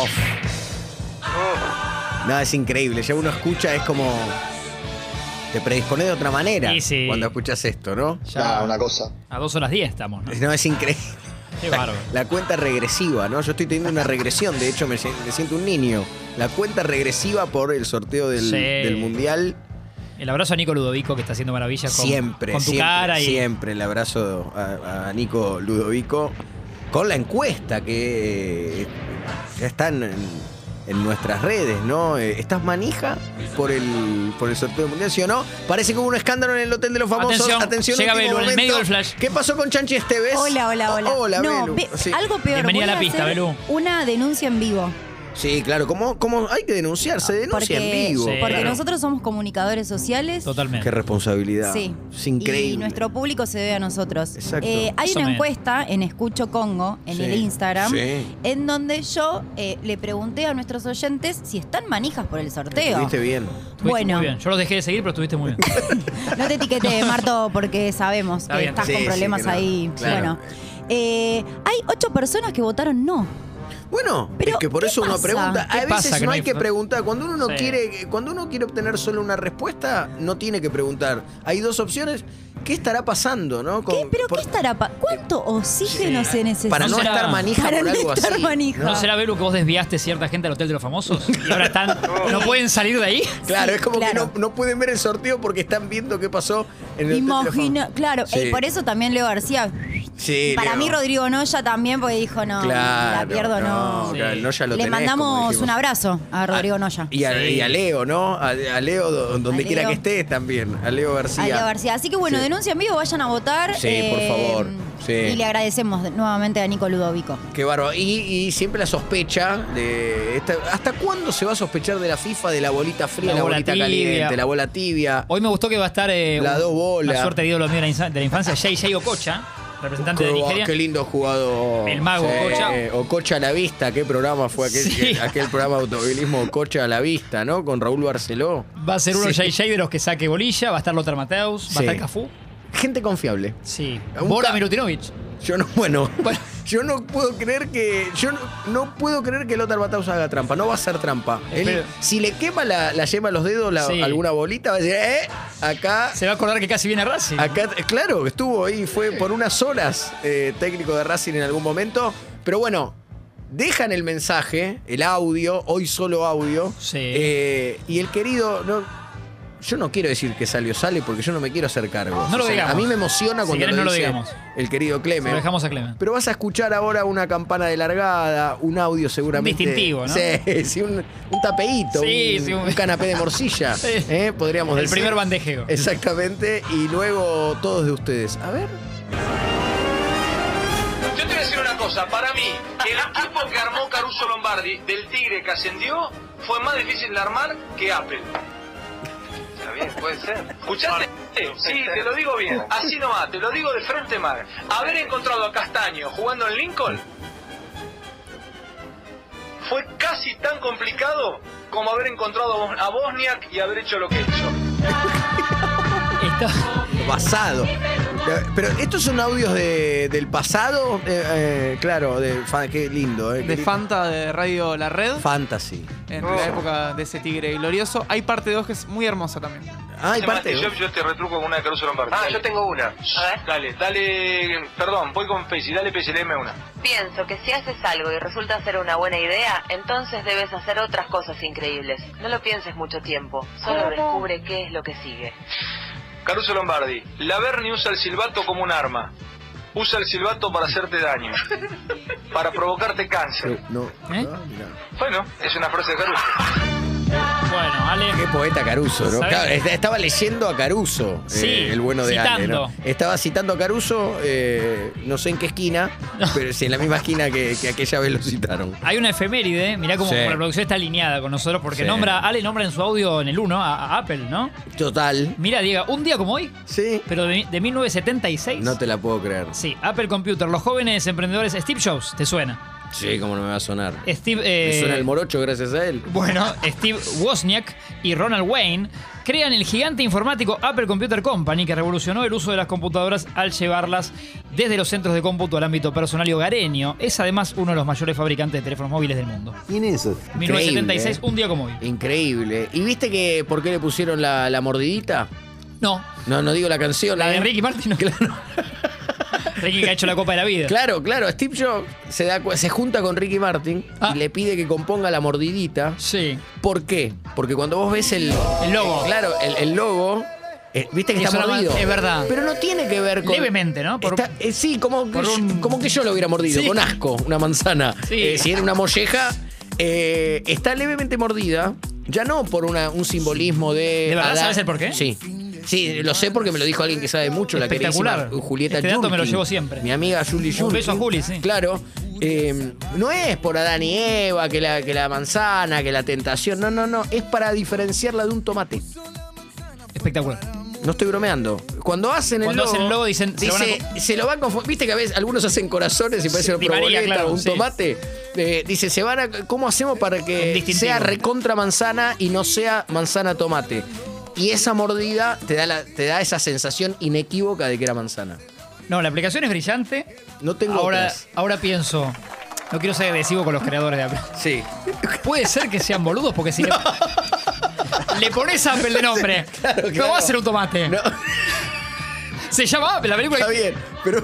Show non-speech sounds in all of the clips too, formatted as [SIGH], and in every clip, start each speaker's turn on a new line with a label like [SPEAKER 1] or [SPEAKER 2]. [SPEAKER 1] Off. Nada, es increíble. Ya uno escucha, es como. Te predispone de otra manera
[SPEAKER 2] Sí, sí.
[SPEAKER 1] cuando escuchas esto, ¿no?
[SPEAKER 2] Ya
[SPEAKER 3] Nah, una cosa.
[SPEAKER 2] a dos horas diez estamos, ¿no?
[SPEAKER 1] No, es increíble. [LAUGHS]
[SPEAKER 2] Qué bárbaro.
[SPEAKER 1] La cuenta regresiva, ¿no? Yo estoy teniendo una regresión, de hecho me, si- me siento un niño. La cuenta regresiva por el sorteo del,
[SPEAKER 2] Sí.
[SPEAKER 1] del Mundial.
[SPEAKER 2] El abrazo a Nico Ludovico que está haciendo maravillas con,
[SPEAKER 1] siempre,
[SPEAKER 2] con tu
[SPEAKER 1] siempre,
[SPEAKER 2] cara y
[SPEAKER 1] siempre el abrazo a, a Nico Ludovico con la encuesta que eh, ya está en, en nuestras redes, ¿no? Eh, ¿Estás manija por el, por el sorteo del mundial, sí o no? Parece que hubo un escándalo en el Hotel de los Famosos.
[SPEAKER 2] Atención,
[SPEAKER 1] Atención,
[SPEAKER 2] llega
[SPEAKER 1] último
[SPEAKER 2] Belu, en el
[SPEAKER 1] momento.
[SPEAKER 2] medio del flash.
[SPEAKER 1] ¿Qué pasó con Chanchi Esteves?
[SPEAKER 4] Hola, hola, hola.
[SPEAKER 1] Oh, hola,
[SPEAKER 4] no,
[SPEAKER 1] Belu.
[SPEAKER 4] ve-
[SPEAKER 1] Sí.
[SPEAKER 4] algo peor.
[SPEAKER 2] Bienvenida
[SPEAKER 4] voy
[SPEAKER 2] a la pista,
[SPEAKER 4] hacer
[SPEAKER 2] Belú.
[SPEAKER 4] Una denuncia en vivo.
[SPEAKER 1] Sí, claro, ¿cómo, cómo hay que denunciar? Se denuncia
[SPEAKER 4] Ah, porque
[SPEAKER 1] en vivo.
[SPEAKER 2] Sí,
[SPEAKER 4] porque
[SPEAKER 2] claro.
[SPEAKER 4] nosotros somos comunicadores
[SPEAKER 1] Qué
[SPEAKER 4] sociales.
[SPEAKER 2] totalmente.
[SPEAKER 1] responsabilidad.
[SPEAKER 4] Sí.
[SPEAKER 1] Es increíble.
[SPEAKER 4] Y nuestro público se debe a nosotros. Eh,
[SPEAKER 1] Exacto.
[SPEAKER 4] hay
[SPEAKER 2] Más o
[SPEAKER 4] una
[SPEAKER 2] menos.
[SPEAKER 4] encuesta en Escucho Congo, en
[SPEAKER 1] Sí.
[SPEAKER 4] el Instagram,
[SPEAKER 1] Sí.
[SPEAKER 4] en donde yo eh, le pregunté a nuestros oyentes si están manijas por el sorteo.
[SPEAKER 1] Viste bien.
[SPEAKER 2] Estuviste
[SPEAKER 4] Bueno.
[SPEAKER 2] Muy bien. Yo los dejé de seguir, pero estuviste muy bien.
[SPEAKER 1] [LAUGHS]
[SPEAKER 4] No
[SPEAKER 2] [LAUGHS]
[SPEAKER 4] te etiqueté, Marto, porque sabemos
[SPEAKER 2] Está
[SPEAKER 4] que
[SPEAKER 2] bien.
[SPEAKER 4] estás
[SPEAKER 1] Sí,
[SPEAKER 4] con
[SPEAKER 1] sí,
[SPEAKER 4] problemas
[SPEAKER 1] que no.
[SPEAKER 4] ahí.
[SPEAKER 1] Claro.
[SPEAKER 4] Bueno. Eh, hay ocho personas que votaron no.
[SPEAKER 1] Bueno,
[SPEAKER 4] Pero,
[SPEAKER 1] es que por
[SPEAKER 4] ¿qué
[SPEAKER 1] eso uno
[SPEAKER 4] pasa?
[SPEAKER 1] pregunta.
[SPEAKER 2] ¿Qué
[SPEAKER 1] A
[SPEAKER 2] pasa
[SPEAKER 1] veces
[SPEAKER 2] que
[SPEAKER 1] no
[SPEAKER 2] no
[SPEAKER 1] hay
[SPEAKER 2] hay-
[SPEAKER 1] que preguntar. Cuando uno no
[SPEAKER 2] Sí.
[SPEAKER 1] quiere, eh, cuando uno quiere obtener solo una respuesta, no tiene que preguntar. Hay dos opciones. ¿Qué estará pasando, no? Con-
[SPEAKER 4] ¿Qué? ¿Pero
[SPEAKER 1] por-
[SPEAKER 4] qué estará pa- ¿Cuánto oxígeno se necesita?
[SPEAKER 1] Para no
[SPEAKER 2] será-
[SPEAKER 1] estar manija
[SPEAKER 4] Para
[SPEAKER 1] por
[SPEAKER 4] no
[SPEAKER 1] algo
[SPEAKER 4] estar
[SPEAKER 1] así.
[SPEAKER 4] manija.
[SPEAKER 2] ¿No será, Belu, que vos desviaste cierta gente al Hotel de los Famosos? Y
[SPEAKER 1] [LAUGHS]
[SPEAKER 2] ahora están. ¿No pueden salir de ahí?
[SPEAKER 1] Claro,
[SPEAKER 4] Sí,
[SPEAKER 1] es como
[SPEAKER 4] claro.
[SPEAKER 1] que no, no pueden ver el sorteo porque están viendo qué pasó en el
[SPEAKER 4] Imagina,
[SPEAKER 1] teléfono.
[SPEAKER 4] claro,
[SPEAKER 1] Sí.
[SPEAKER 4] y por eso también Leo García.
[SPEAKER 1] Sí,
[SPEAKER 4] Para
[SPEAKER 1] Leo.
[SPEAKER 4] mí Rodrigo Noya también, porque dijo, no,
[SPEAKER 1] Claro,
[SPEAKER 4] la pierdo, no.
[SPEAKER 2] Sí.
[SPEAKER 1] claro, no ya lo
[SPEAKER 4] Le
[SPEAKER 1] tenés, como
[SPEAKER 4] mandamos
[SPEAKER 1] dijimos.
[SPEAKER 4] un abrazo a Rodrigo
[SPEAKER 1] Ah,
[SPEAKER 4] Noya.
[SPEAKER 1] Y a,
[SPEAKER 2] Sí.
[SPEAKER 1] y a Leo, ¿no? A, a Leo, do- donde
[SPEAKER 4] A
[SPEAKER 1] quiera
[SPEAKER 4] Leo.
[SPEAKER 1] que estés también. A Leo García.
[SPEAKER 4] A Leo García. Así que bueno,
[SPEAKER 1] Sí.
[SPEAKER 4] denuncia en vivo, vayan a votar. eh,
[SPEAKER 1] Sí, por favor. Sí.
[SPEAKER 4] Y le agradecemos nuevamente a Nico Ludovico.
[SPEAKER 1] Qué bárbaro. Y, y siempre la sospecha de. esta- ¿Hasta cuándo se va a sospechar de la FIFA, de la bolita fría,
[SPEAKER 2] La
[SPEAKER 1] la,
[SPEAKER 2] bola
[SPEAKER 1] bolita
[SPEAKER 2] tibia.
[SPEAKER 1] caliente, la bola tibia?
[SPEAKER 2] Hoy me gustó que va a estar. eh,
[SPEAKER 1] La
[SPEAKER 2] un-
[SPEAKER 1] dos bolas.
[SPEAKER 2] Una suerte de ídolo mío de la insa- de la infancia, J.J. Okocha, representante de
[SPEAKER 1] Qué-
[SPEAKER 2] Nigeria.
[SPEAKER 1] Qué lindo jugador.
[SPEAKER 2] El mago Ococha.
[SPEAKER 1] Ococha a la vista, qué programa fue aquel,
[SPEAKER 2] Sí.
[SPEAKER 1] que- aquel programa de automovilismo Ococha a la vista, ¿no? Con Raúl Barceló.
[SPEAKER 2] Va a ser uno
[SPEAKER 1] Sí.
[SPEAKER 2] J.J. de los que saque bolilla, va a estar Lothar Mateus, va
[SPEAKER 1] Sí.
[SPEAKER 2] a estar Cafú.
[SPEAKER 1] Gente confiable.
[SPEAKER 2] Sí.
[SPEAKER 1] Un
[SPEAKER 2] Bora
[SPEAKER 1] ca-
[SPEAKER 2] Milutinovic.
[SPEAKER 1] Yo no, bueno,
[SPEAKER 2] Bueno.
[SPEAKER 1] [LAUGHS] yo no puedo creer que. Yo no, no puedo creer que Lothar Bataus haga trampa. No va a hacer trampa. Él,
[SPEAKER 2] Espero-
[SPEAKER 1] si le quema la, la yema a los dedos, la-
[SPEAKER 2] Sí.
[SPEAKER 1] alguna bolita, va a decir, eh, acá.
[SPEAKER 2] Se va a acordar que casi viene Racing.
[SPEAKER 1] Acá, eh, claro, estuvo ahí, fue por unas horas eh, técnico de Racing en algún momento. Pero bueno, dejan el mensaje, el audio, hoy solo audio.
[SPEAKER 2] Sí.
[SPEAKER 1] Eh, y el querido, no, yo no quiero decir que salió, sale, porque yo no me quiero hacer cargo.
[SPEAKER 2] No lo digamos.
[SPEAKER 1] A mí me emociona
[SPEAKER 2] Si
[SPEAKER 1] cuando
[SPEAKER 2] querés,
[SPEAKER 1] lo
[SPEAKER 2] no lo
[SPEAKER 1] dice
[SPEAKER 2] digamos.
[SPEAKER 1] el querido
[SPEAKER 2] Se
[SPEAKER 1] Clemen.
[SPEAKER 2] lo dejamos a Clemen.
[SPEAKER 1] Pero vas a escuchar ahora una campana de largada, un audio seguramente.
[SPEAKER 2] Un distintivo, ¿no?
[SPEAKER 1] Sí, [LAUGHS] sí, un, un tapeíto,
[SPEAKER 2] Sí,
[SPEAKER 1] un,
[SPEAKER 2] sí, un-
[SPEAKER 1] un canapé de morcilla.
[SPEAKER 2] [LAUGHS] Sí.
[SPEAKER 1] ¿eh? Podríamos
[SPEAKER 2] El
[SPEAKER 1] decir.
[SPEAKER 2] primer bandejeo.
[SPEAKER 1] Exactamente, y luego todos de ustedes. A ver.
[SPEAKER 5] Yo te voy a decir una cosa, para mí, el equipo que armó Caruso Lombardi del Tigre que ascendió fue más difícil de armar que Apple. Está bien, puede ser. ¿Escuchaste? Sí, te lo digo bien, así nomás, te lo digo de frente más. Haber encontrado a Castaño jugando en Lincoln fue casi tan complicado como haber encontrado a Bosniak y haber hecho lo que hizo.
[SPEAKER 2] Está-
[SPEAKER 1] Basado. Pero estos son audios de- del pasado. Eh, eh, claro, de fa- qué lindo. eh, qué
[SPEAKER 6] de
[SPEAKER 1] lindo.
[SPEAKER 6] Fanta de Radio La Red
[SPEAKER 1] Fantasy.
[SPEAKER 6] en la época de ese tigre glorioso. Hay parte 2 que es muy hermosa también.
[SPEAKER 1] Ah, y
[SPEAKER 5] Además,
[SPEAKER 1] parte.
[SPEAKER 5] Yo, yo te retruco con una de Caruso Lombardi. Ah, yo tengo una. Dale, dale, perdón, voy con Pesi, dale Pesi, léeme una.
[SPEAKER 7] Pienso que si haces algo y resulta ser una buena idea, entonces debes hacer otras cosas increíbles. No lo pienses mucho tiempo, solo descubre qué es lo que sigue.
[SPEAKER 5] Caruso Lombardi, la Berni usa el silbato como un arma. Usa el silbato para hacerte [LAUGHS] daño, para provocarte
[SPEAKER 1] Eh,
[SPEAKER 5] cáncer.
[SPEAKER 1] no.
[SPEAKER 2] ¿Eh?
[SPEAKER 1] Ah, mirá.
[SPEAKER 5] Bueno, es una frase de Caruso.
[SPEAKER 2] Bueno, Ale.
[SPEAKER 1] Qué poeta Caruso, ¿no?
[SPEAKER 2] ¿Sabés?
[SPEAKER 1] Claro, est- estaba leyendo a Caruso, eh,
[SPEAKER 2] Sí,
[SPEAKER 1] el bueno de Ale, ¿no?
[SPEAKER 2] citando.
[SPEAKER 1] Estaba citando a Caruso, eh, no sé en qué esquina, pero sí, en la misma esquina que, que aquella vez lo citaron.
[SPEAKER 2] Hay una efeméride, mirá cómo
[SPEAKER 1] Sí.
[SPEAKER 2] la producción está alineada con nosotros, porque
[SPEAKER 1] Sí.
[SPEAKER 2] nombra, Ale nombra en su audio en el 1 a, a Apple, ¿no?
[SPEAKER 1] Total.
[SPEAKER 2] Mira, Diego, un día como hoy,
[SPEAKER 1] Sí.
[SPEAKER 2] pero de, de 1976.
[SPEAKER 1] No te la puedo creer.
[SPEAKER 2] Sí, Apple Computer, los jóvenes emprendedores, Steve Jobs, ¿te suena?
[SPEAKER 1] Sí, cómo no me va a sonar.
[SPEAKER 2] Steve... eh,
[SPEAKER 1] Me suena el morocho gracias a él.
[SPEAKER 2] Bueno, Steve Wozniak y Ronald Wayne crean el gigante informático Apple Computer Company, que revolucionó el uso de las computadoras al llevarlas desde los centros de cómputo al ámbito personal y hogareño. Es además uno de los mayores fabricantes de teléfonos móviles del mundo.
[SPEAKER 3] ¿Quién es eso?
[SPEAKER 2] 1976,
[SPEAKER 1] ¿eh?
[SPEAKER 2] un día como hoy.
[SPEAKER 1] Increíble. ¿Y viste que por qué le pusieron la, la mordidita?
[SPEAKER 2] No,
[SPEAKER 1] No, no digo la canción.
[SPEAKER 2] la
[SPEAKER 1] ¿eh? [LAUGHS]
[SPEAKER 2] de Ricky Martin. no. [LAUGHS] Ricky que ha hecho la Copa de la Vida.
[SPEAKER 1] Claro, claro. Steve Jobs se, da, cu- se junta con Ricky Martin
[SPEAKER 2] Ah.
[SPEAKER 1] y le pide que componga la mordidita.
[SPEAKER 2] Sí.
[SPEAKER 1] ¿Por qué? Porque cuando vos ves el,
[SPEAKER 2] El logo.
[SPEAKER 1] eh, claro, el, el logo, eh, viste que
[SPEAKER 2] Y
[SPEAKER 1] está
[SPEAKER 2] eso no-
[SPEAKER 1] mordido.
[SPEAKER 2] es verdad.
[SPEAKER 1] Pero no tiene que ver con.
[SPEAKER 2] Levemente, ¿no? Por-
[SPEAKER 1] Está- eh, sí, como que,
[SPEAKER 2] por
[SPEAKER 1] yo,
[SPEAKER 2] un-
[SPEAKER 1] como que yo lo hubiera mordido,
[SPEAKER 2] Sí.
[SPEAKER 1] con asco, una manzana.
[SPEAKER 2] Sí.
[SPEAKER 1] Eh, si era una molleja, eh, está levemente mordida. Ya no por una, un simbolismo de.
[SPEAKER 2] ¿De verdad
[SPEAKER 1] Adán-
[SPEAKER 2] sabes el por qué?
[SPEAKER 1] Sí. Sí, lo sé porque me lo dijo alguien que sabe mucho, la
[SPEAKER 2] Espectacular.
[SPEAKER 1] queridísima Julieta
[SPEAKER 2] Este dato me lo
[SPEAKER 1] Yulkin,
[SPEAKER 2] llevo siempre.
[SPEAKER 1] Mi amiga Julie
[SPEAKER 2] Un beso
[SPEAKER 1] Yulkin.
[SPEAKER 2] a Juli, sí.
[SPEAKER 1] Claro. eh, no es por Adán y Eva, que la, que la manzana, que la tentación. No, no, no. Es para diferenciarla de un tomate.
[SPEAKER 2] Espectacular.
[SPEAKER 1] No estoy bromeando. Cuando hacen el
[SPEAKER 2] Cuando
[SPEAKER 1] logo.
[SPEAKER 2] hacen el logo dicen, se
[SPEAKER 1] Dice,
[SPEAKER 2] lo
[SPEAKER 1] se,
[SPEAKER 2] van a
[SPEAKER 1] lo van a confundir. Viste que a veces algunos hacen corazones y
[SPEAKER 2] Sí,
[SPEAKER 1] parece una
[SPEAKER 2] Di María,
[SPEAKER 1] proboleta
[SPEAKER 2] claro,
[SPEAKER 1] o un
[SPEAKER 2] sí.
[SPEAKER 1] tomate. Eh, dice, se van a. ¿Cómo hacemos para
[SPEAKER 2] Un
[SPEAKER 1] que
[SPEAKER 2] distintivo.
[SPEAKER 1] sea recontra manzana y no sea manzana tomate? Y esa mordida te da, la- te da esa sensación inequívoca de que era manzana.
[SPEAKER 2] No, la aplicación es brillante.
[SPEAKER 1] No tengo
[SPEAKER 2] ahora,
[SPEAKER 1] otras.
[SPEAKER 2] ahora pienso. No quiero ser agresivo con los
[SPEAKER 1] [LAUGHS]
[SPEAKER 2] creadores de Apple.
[SPEAKER 1] Sí.
[SPEAKER 2] [LAUGHS] Puede ser que sean boludos porque
[SPEAKER 1] [LAUGHS]
[SPEAKER 2] si le, le pones Apple de nombre,
[SPEAKER 1] claro,
[SPEAKER 2] no
[SPEAKER 1] claro.
[SPEAKER 2] va a ser un tomate.
[SPEAKER 1] No,
[SPEAKER 2] Se llama Apple, la película.
[SPEAKER 1] está bien, pero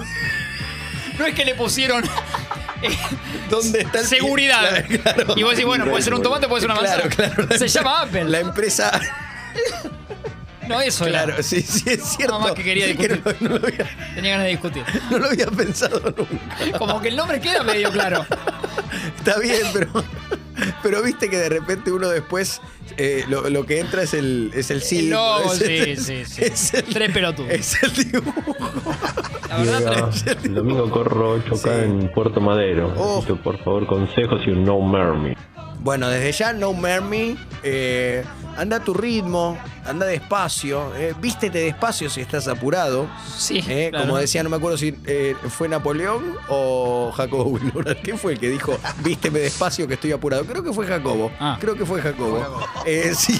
[SPEAKER 2] No es que le pusieron eh,
[SPEAKER 1] ¿dónde [LAUGHS] está el
[SPEAKER 2] seguridad.
[SPEAKER 1] Claro, claro.
[SPEAKER 2] Y vos decís, bueno, puede ser un tomate, puede ser una
[SPEAKER 1] Claro,
[SPEAKER 2] manzana.
[SPEAKER 1] claro.
[SPEAKER 2] Se llama Apple.
[SPEAKER 1] La empresa
[SPEAKER 2] No, eso era.
[SPEAKER 1] Claro, sí, sí, es cierto.
[SPEAKER 2] Nada más que quería
[SPEAKER 1] Sí
[SPEAKER 2] discutir.
[SPEAKER 1] no, no lo había,
[SPEAKER 2] Tenía ganas de discutir.
[SPEAKER 1] no lo había pensado nunca.
[SPEAKER 2] Como que el nombre queda medio claro.
[SPEAKER 1] Está bien, pero, pero viste que de repente uno después eh, lo, lo que entra es el, es el
[SPEAKER 2] El
[SPEAKER 1] símbolo.
[SPEAKER 2] logo,
[SPEAKER 1] es
[SPEAKER 2] sí,
[SPEAKER 1] el-
[SPEAKER 2] sí, sí.
[SPEAKER 1] [LAUGHS] es el-
[SPEAKER 2] Tres pelotudos.
[SPEAKER 1] Es el dibujo.
[SPEAKER 2] La verdad,
[SPEAKER 8] Llega, el domingo corro 8K en Puerto Madero.
[SPEAKER 1] Oh.
[SPEAKER 8] Necesito, por favor, consejos y un no mermy.
[SPEAKER 1] Bueno, desde ya, no mermy. eh, anda a tu ritmo, anda despacio. eh, vístete despacio si estás apurado.
[SPEAKER 2] [LAUGHS] sí.
[SPEAKER 1] Eh,
[SPEAKER 2] claro.
[SPEAKER 1] Como decía, no me acuerdo si eh, fue Napoleón o Jacobo Winograd. ¿Quién fue el que dijo, vísteme despacio que estoy apurado? Creo que fue Jacobo.
[SPEAKER 2] Ah.
[SPEAKER 1] Creo que fue Jacobo. [LAUGHS] Eh, sí.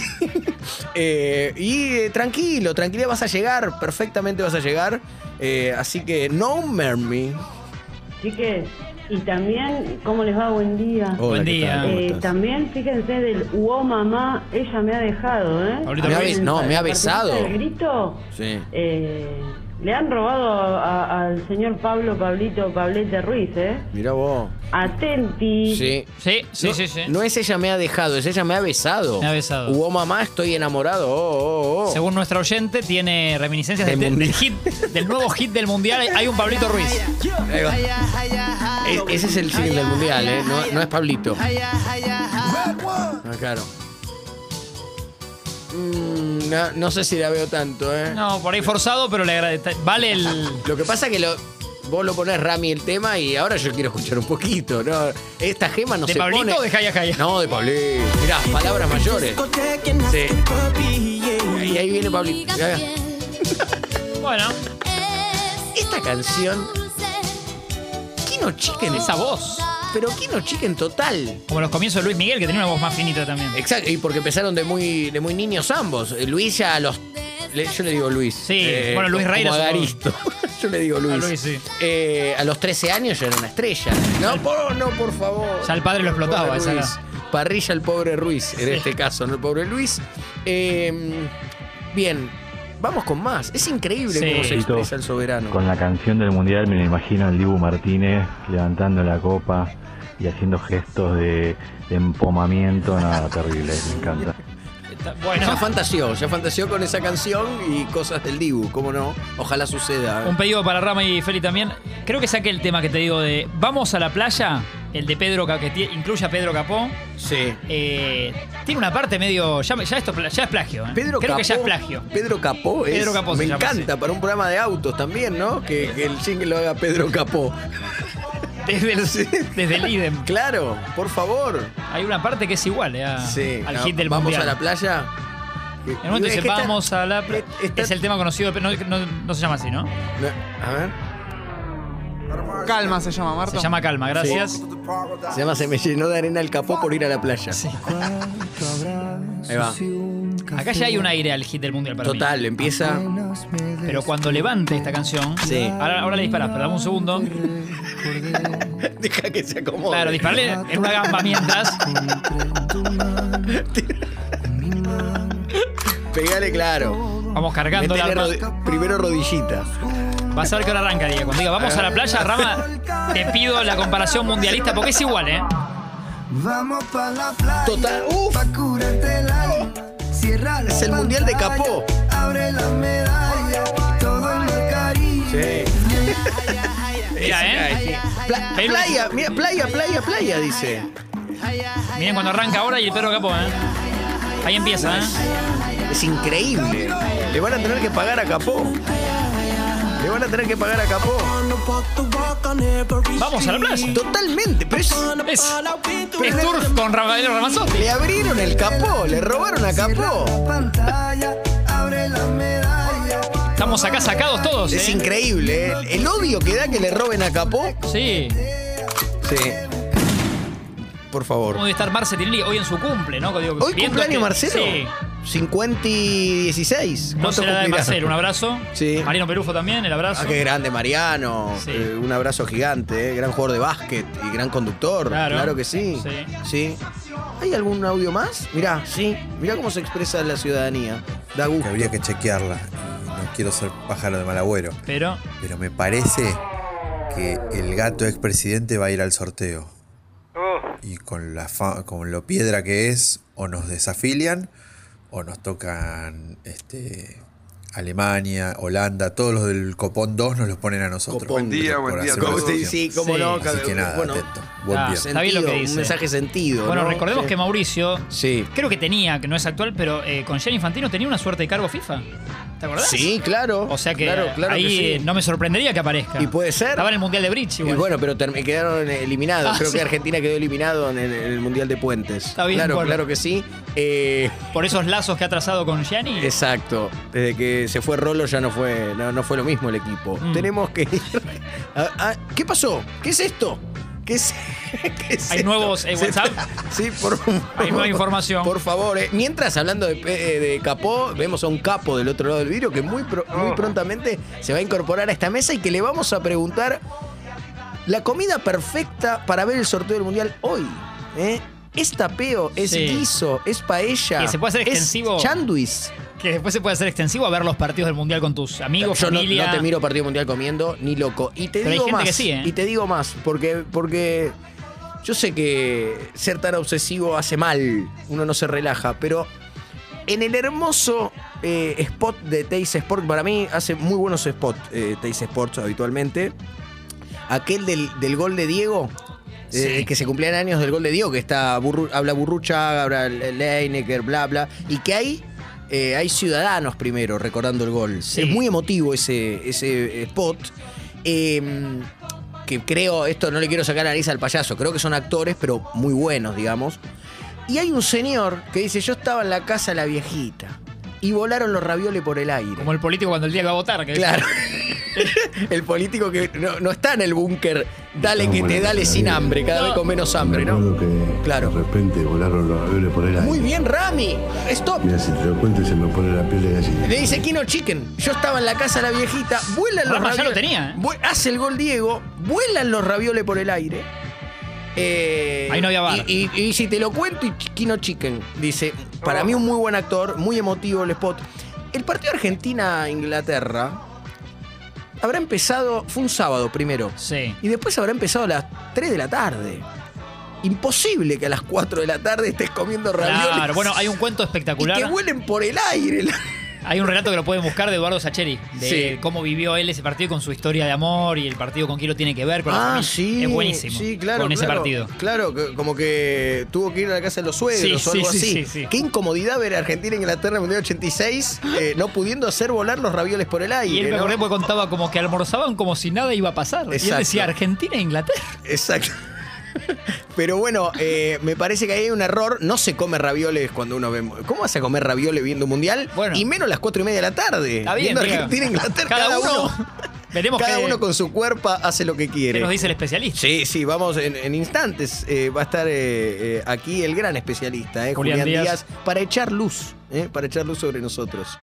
[SPEAKER 1] Eh, y eh, tranquilo, tranquilidad, vas a llegar, perfectamente vas a llegar. Eh, así que no mermy.
[SPEAKER 9] Chiques, y también, ¿cómo les va? Buen día.
[SPEAKER 2] Buen
[SPEAKER 1] ¿qué
[SPEAKER 2] día.
[SPEAKER 1] tal? ¿Cómo
[SPEAKER 9] Eh,
[SPEAKER 1] estás?
[SPEAKER 9] también, fíjense, del wow mamá, ella me ha dejado, ¿eh?
[SPEAKER 2] Ahorita
[SPEAKER 1] Me ha
[SPEAKER 2] Ruiz.
[SPEAKER 1] be- no, me ha
[SPEAKER 9] La partecita
[SPEAKER 1] besado.
[SPEAKER 9] del grito,
[SPEAKER 1] Sí.
[SPEAKER 9] eh, le han robado a- a- al señor Pablo, Pablito, Pablete Ruiz, ¿eh?
[SPEAKER 1] Mirá vos.
[SPEAKER 9] Atenti.
[SPEAKER 1] Sí.
[SPEAKER 2] Sí, sí,
[SPEAKER 1] no,
[SPEAKER 2] sí, sí.
[SPEAKER 1] No es ella me ha dejado, es ella me ha besado.
[SPEAKER 2] Me ha besado.
[SPEAKER 1] Hubo mamá, estoy enamorado. Oh, oh, oh.
[SPEAKER 2] Según nuestra oyente, tiene reminiscencias
[SPEAKER 1] Del
[SPEAKER 2] del, del
[SPEAKER 1] mundial.
[SPEAKER 2] hit, del nuevo hit del mundial. Hay un Pablito Ruiz.
[SPEAKER 1] Ahí va. E- ese es el signo del mundial, ¿eh? No, no es Pablito. Ah, claro. Mm, no, no sé si la veo tanto, ¿eh?
[SPEAKER 2] No, por ahí forzado, pero le agradece. Vale el.
[SPEAKER 1] Lo que pasa es que lo, vos lo ponés Rami el tema y ahora yo quiero escuchar un poquito, ¿no? Esta gema no
[SPEAKER 2] ¿De
[SPEAKER 1] se
[SPEAKER 2] Pablito
[SPEAKER 1] pone-
[SPEAKER 2] o de Jaya Jaya?
[SPEAKER 1] No, de Pablito. Mirá, palabras mayores. Sí. Y ahí viene Pablito. Mirá.
[SPEAKER 2] Bueno,
[SPEAKER 1] Esta canción. Kino Chicken.
[SPEAKER 2] esa voz.
[SPEAKER 1] Pero Kino Chicken total.
[SPEAKER 2] Como los comienzos de Luis Miguel, que tenía una voz más finita también.
[SPEAKER 1] Exacto, y porque empezaron de muy, de muy niños ambos. Eh, Luis ya a los. le- yo le digo Luis. Eh,
[SPEAKER 2] Sí, bueno, Luis
[SPEAKER 1] como
[SPEAKER 2] Reira
[SPEAKER 1] a
[SPEAKER 2] supongo.
[SPEAKER 1] Garisto. [LAUGHS] yo le digo Luis.
[SPEAKER 2] A Ah, Luis, sí.
[SPEAKER 1] Eh, a los 13 años ya era una estrella. No, por, no, por favor.
[SPEAKER 2] Ya el padre lo explotaba,
[SPEAKER 1] Pobre
[SPEAKER 2] esa era.
[SPEAKER 1] Luis. Parrilla el pobre Ruiz, en este caso, no el pobre Luis. Eh, bien, vamos con más. Es increíble
[SPEAKER 2] Sí.
[SPEAKER 1] cómo se expresa el soberano.
[SPEAKER 10] Con la canción del mundial me lo imagino al Dibu Martínez levantando la copa y haciendo gestos de, de empomamiento, nada, terrible, me encanta.
[SPEAKER 2] Está-
[SPEAKER 1] Ya
[SPEAKER 2] Bueno,
[SPEAKER 1] fantaseó, ya fantaseó con esa canción y cosas del Dibu, cómo no. Ojalá suceda.
[SPEAKER 2] un pedido para Rama y Feli también. Creo que saqué el tema que te digo de Vamos a la playa, el de Pedro Ca- que tie- incluye a Pedro Capó.
[SPEAKER 1] Sí.
[SPEAKER 2] Eh, tiene una parte medio. Ya, ya esto es pla- ya es plagio, ¿eh?
[SPEAKER 1] Pedro
[SPEAKER 2] Creo
[SPEAKER 1] Capó,
[SPEAKER 2] que ya es plagio.
[SPEAKER 1] Pedro Capó es.
[SPEAKER 2] Pedro Capó se
[SPEAKER 1] me
[SPEAKER 2] llama,
[SPEAKER 1] encanta, para un programa de autos también, ¿no? Que, que el jingle lo haga Pedro Capó.
[SPEAKER 2] Desde el, desde el idem.
[SPEAKER 1] Claro, por favor.
[SPEAKER 2] Hay una parte que es igual eh, a-
[SPEAKER 1] Sí.
[SPEAKER 2] al
[SPEAKER 1] no,
[SPEAKER 2] hit del
[SPEAKER 1] Vamos
[SPEAKER 2] mundial.
[SPEAKER 1] a la playa. En
[SPEAKER 2] En un momento dice, vamos a la playa.
[SPEAKER 1] eh, está-
[SPEAKER 2] Es el tema conocido, pero no, no- no se llama así, ¿no?
[SPEAKER 1] A ver.
[SPEAKER 6] Calma se llama, Marto.
[SPEAKER 2] Se llama Calma, gracias.
[SPEAKER 1] Se llama Se me llenó de arena el capó por ir a la playa. Ahí va.
[SPEAKER 2] Acá ya hay un aire al hit del mundial para mí. Ah.
[SPEAKER 1] Total, empieza.
[SPEAKER 2] Pero cuando levante esta canción,
[SPEAKER 1] Sí.
[SPEAKER 2] ahora, ahora le disparás, pero dame un segundo.
[SPEAKER 1] [LAUGHS] Deja que se acomode.
[SPEAKER 2] Claro, disparale en una gamba mientras.
[SPEAKER 1] Pegale claro.
[SPEAKER 2] Vamos cargando la
[SPEAKER 1] Metele
[SPEAKER 2] arma.
[SPEAKER 1] rodi- primero rodillita.
[SPEAKER 2] Va a ser que ahora arranca, Diego. Cuando diga, vamos a la playa, Rama, te pido la comparación mundialista porque es igual, ¿eh?
[SPEAKER 1] Total. ¡Uf! Es el mundial de Capó. Sí.
[SPEAKER 2] Mira, ¿eh?
[SPEAKER 1] Pla-
[SPEAKER 2] Perú.
[SPEAKER 1] playa, mira, playa, playa, playa, dice.
[SPEAKER 2] Miren cuando arranca ahora y el perro capó, ¿eh? Ahí empieza, ¿eh?
[SPEAKER 1] Es increíble. Le van a tener que pagar a Capó. Le van a tener que pagar a Capó.
[SPEAKER 2] Vamos a la playa.
[SPEAKER 1] Totalmente, pero es-
[SPEAKER 2] Es, es Turf con Rafael Ramazzotti.
[SPEAKER 1] le abrieron el capó, le robaron a Capó.
[SPEAKER 2] Estamos acá sacados todos,
[SPEAKER 1] Es
[SPEAKER 2] ¿eh?
[SPEAKER 1] increíble, ¿eh? El odio que da que le roben a Capó.
[SPEAKER 2] Sí.
[SPEAKER 1] Sí. Por favor.
[SPEAKER 2] ¿Cómo debe estar Marce Tinelli hoy en su cumple, no? Digo,
[SPEAKER 1] Hoy
[SPEAKER 2] viendo
[SPEAKER 1] cumpleaños
[SPEAKER 2] que-
[SPEAKER 1] Marcelo.
[SPEAKER 2] Sí.
[SPEAKER 1] 50 y 16.
[SPEAKER 2] No
[SPEAKER 1] ¿Cuánto
[SPEAKER 2] se la da de
[SPEAKER 1] cumplirá?
[SPEAKER 2] Marcelo. Un abrazo.
[SPEAKER 1] Sí.
[SPEAKER 2] Marino Perufo también, el abrazo.
[SPEAKER 1] Ah, qué grande, Mariano.
[SPEAKER 2] Sí.
[SPEAKER 1] Eh, un abrazo gigante, eh. gran jugador de básquet y gran conductor.
[SPEAKER 2] Claro.
[SPEAKER 1] Claro, que sí.
[SPEAKER 2] Sí.
[SPEAKER 1] Sí. ¿Hay algún audio más? Mirá, sí. Mirá cómo se expresa la ciudadanía. Da gusto.
[SPEAKER 3] Habría que chequearla. No quiero ser pájaro de mal agüero.
[SPEAKER 2] Pero
[SPEAKER 3] Pero me parece que el gato expresidente va a ir al sorteo. Y con, la fa- con lo piedra que es, o nos desafilian, o nos tocan este, Alemania, Holanda, todos los del Copón 2 nos los ponen a nosotros.
[SPEAKER 1] Copón. Buen
[SPEAKER 3] día, buen día a
[SPEAKER 1] Como-
[SPEAKER 3] todos.
[SPEAKER 1] sí, sí, cómo
[SPEAKER 2] Sí.
[SPEAKER 1] no.
[SPEAKER 3] Así que nada,
[SPEAKER 1] bueno,
[SPEAKER 3] atento. Buen
[SPEAKER 2] Ah,
[SPEAKER 3] día.
[SPEAKER 1] sentido,
[SPEAKER 2] Está bien lo que dice.
[SPEAKER 1] Un mensaje sentido.
[SPEAKER 2] bueno,
[SPEAKER 1] ¿no?
[SPEAKER 2] recordemos
[SPEAKER 1] Sí.
[SPEAKER 2] que Mauricio,
[SPEAKER 1] Sí.
[SPEAKER 2] creo que tenía, que no es actual, pero eh, con Jenny Infantino tenía una suerte de cargo FIFA. ¿Te acordás?
[SPEAKER 1] Sí, claro.
[SPEAKER 2] O sea que
[SPEAKER 1] Claro, claro
[SPEAKER 2] ahí
[SPEAKER 1] que sí.
[SPEAKER 2] eh, no me sorprendería que aparezca.
[SPEAKER 1] Y puede ser.
[SPEAKER 2] Estaba en el Mundial de Bridge
[SPEAKER 1] Y
[SPEAKER 2] igual.
[SPEAKER 1] bueno, pero term- quedaron eliminados.
[SPEAKER 2] Ah,
[SPEAKER 1] Creo
[SPEAKER 2] sí.
[SPEAKER 1] que Argentina quedó eliminado en el, en el Mundial de Puentes.
[SPEAKER 2] Está bien,
[SPEAKER 1] claro,
[SPEAKER 2] bueno.
[SPEAKER 1] claro que sí. Eh,
[SPEAKER 2] Por esos lazos que ha trazado con Gianni.
[SPEAKER 1] exacto. Desde que se fue Rolo ya no fue, no, no fue lo mismo el equipo.
[SPEAKER 2] Mm.
[SPEAKER 1] Tenemos que ir. a- a- ¿Qué pasó? ¿Qué es esto? ¿Qué es, [LAUGHS] qué es
[SPEAKER 2] Hay
[SPEAKER 1] esto?
[SPEAKER 2] nuevos eh,
[SPEAKER 1] Se-
[SPEAKER 2] WhatsApp.
[SPEAKER 1] [LAUGHS] Sí, por
[SPEAKER 2] Hay
[SPEAKER 1] [LAUGHS]
[SPEAKER 2] nueva información.
[SPEAKER 1] Por favor, eh. mientras hablando de, eh, de Capó, vemos a un capo del otro lado del vidrio que muy, pro- muy prontamente se va a incorporar a esta mesa y que le vamos a preguntar la comida perfecta para ver el sorteo del mundial hoy. ¿eh? ¿Es tapeo? ¿Es
[SPEAKER 2] Sí.
[SPEAKER 1] guiso? ¿Es paella?
[SPEAKER 2] Que se puede hacer extensivo.
[SPEAKER 1] ¿Es chanduis?
[SPEAKER 2] Que después se puede hacer extensivo a ver los partidos del Mundial con tus amigos,
[SPEAKER 1] Yo no-
[SPEAKER 2] familia.
[SPEAKER 1] No, te miro partido mundial comiendo, ni loco. Y te
[SPEAKER 2] Pero hay
[SPEAKER 1] digo
[SPEAKER 2] gente
[SPEAKER 1] más.
[SPEAKER 2] que sí, ¿eh?
[SPEAKER 1] Y te digo más, porque, porque yo sé que ser tan obsesivo hace mal, uno no se relaja, pero en el hermoso eh, spot de Teis Sport, para mí hace muy buenos spots eh, Teis Sports habitualmente. Aquel del, del gol de Diego. eh,
[SPEAKER 2] Sí.
[SPEAKER 1] que se cumplían años del gol de Diego, que está Burru- habla Burruchaga, habla Leinecker, bla, bla. Y que hay, eh, hay ciudadanos primero recordando el gol.
[SPEAKER 2] Sí.
[SPEAKER 1] Es muy emotivo ese, ese spot. Eh, que creo, esto no le quiero sacar la nariz al payaso, creo que son actores, pero muy buenos, digamos. Y hay un señor que dice, yo estaba en la casa de la viejita y volaron los ravioles por el aire.
[SPEAKER 2] Como el político cuando el día que va a votar. Que
[SPEAKER 1] Claro. [LAUGHS] el político que no, no está en el búnker, dale
[SPEAKER 10] Estamos
[SPEAKER 1] que te
[SPEAKER 10] en la
[SPEAKER 1] dale sin
[SPEAKER 10] vida.
[SPEAKER 1] hambre, cada
[SPEAKER 2] No.
[SPEAKER 1] vez con menos hambre, ¿no?
[SPEAKER 10] Recuerdo que
[SPEAKER 1] Claro.
[SPEAKER 10] de repente volaron los aviones por el aire.
[SPEAKER 1] Muy bien, Rami. Stop.
[SPEAKER 10] Mira, si te lo cuento se me pone la piel de gallina.
[SPEAKER 1] Le dice Kino Chicken. Yo estaba en la casa de la viejita, vuelan los
[SPEAKER 2] Rafa ya
[SPEAKER 1] ravioles.
[SPEAKER 2] lo tenía, ¿eh?
[SPEAKER 1] Vu- Hace el gol Diego, vuelan los ravioles por el aire. Eh,
[SPEAKER 2] Ahí no había bar.
[SPEAKER 1] Y, y- y si te lo cuento, y Ch- Kino Chicken. Dice, para mí un muy buen actor, muy emotivo el spot. El partido Argentina-Inglaterra habrá empezado, fue un sábado primero.
[SPEAKER 2] Sí.
[SPEAKER 1] Y después habrá empezado a las 3 de la tarde. Imposible que a las 4 de la tarde estés comiendo ravioles.
[SPEAKER 2] Claro. Bueno, hay un cuento
[SPEAKER 1] Y
[SPEAKER 2] espectacular.
[SPEAKER 1] que vuelen por el aire.
[SPEAKER 2] Hay un relato que lo pueden buscar de Eduardo Sacheri, de
[SPEAKER 1] Sí.
[SPEAKER 2] cómo vivió él ese partido con su historia de amor y el partido con quién lo tiene que ver. Con la familia. Es buenísimo.
[SPEAKER 1] Ah, Sí, claro.
[SPEAKER 2] Con ese
[SPEAKER 1] claro.
[SPEAKER 2] partido.
[SPEAKER 1] Claro, que- como que tuvo que ir a la casa de los suegros
[SPEAKER 2] Sí,
[SPEAKER 1] o algo
[SPEAKER 2] sí, sí,
[SPEAKER 1] así.
[SPEAKER 2] sí, sí.
[SPEAKER 1] Qué incomodidad ver a Argentina e Inglaterra en el Mundial 86 eh, no pudiendo hacer volar los ravioles por el aire.
[SPEAKER 2] Y él me
[SPEAKER 1] ¿no?
[SPEAKER 2] acordé porque contaba como que almorzaban como si nada iba a pasar. Y él
[SPEAKER 1] Exacto.
[SPEAKER 2] decía Argentina e Inglaterra.
[SPEAKER 1] Exacto. [LAUGHS] Pero bueno, eh, me parece que ahí hay un error. No se come ravioles cuando uno ve. ¿Cómo vas a comer ravioles viendo un mundial?
[SPEAKER 2] Bueno.
[SPEAKER 1] Y menos las cuatro y media de la tarde.
[SPEAKER 2] Está bien.
[SPEAKER 1] viendo
[SPEAKER 2] digo. [LAUGHS]
[SPEAKER 1] Argentina, Inglaterra,
[SPEAKER 2] Cada uno. Eh, Veremos
[SPEAKER 1] Cada
[SPEAKER 2] qué-
[SPEAKER 1] uno con su cuerpo hace lo que quiere.
[SPEAKER 2] ¿Qué nos dice el especialista?
[SPEAKER 1] Sí, sí, vamos en, en instantes. eh, va a estar eh, eh, aquí el gran especialista, eh,
[SPEAKER 2] Julián
[SPEAKER 1] Julián,
[SPEAKER 2] Díaz.
[SPEAKER 1] Díaz, para echar luz, eh, para echar luz sobre nosotros.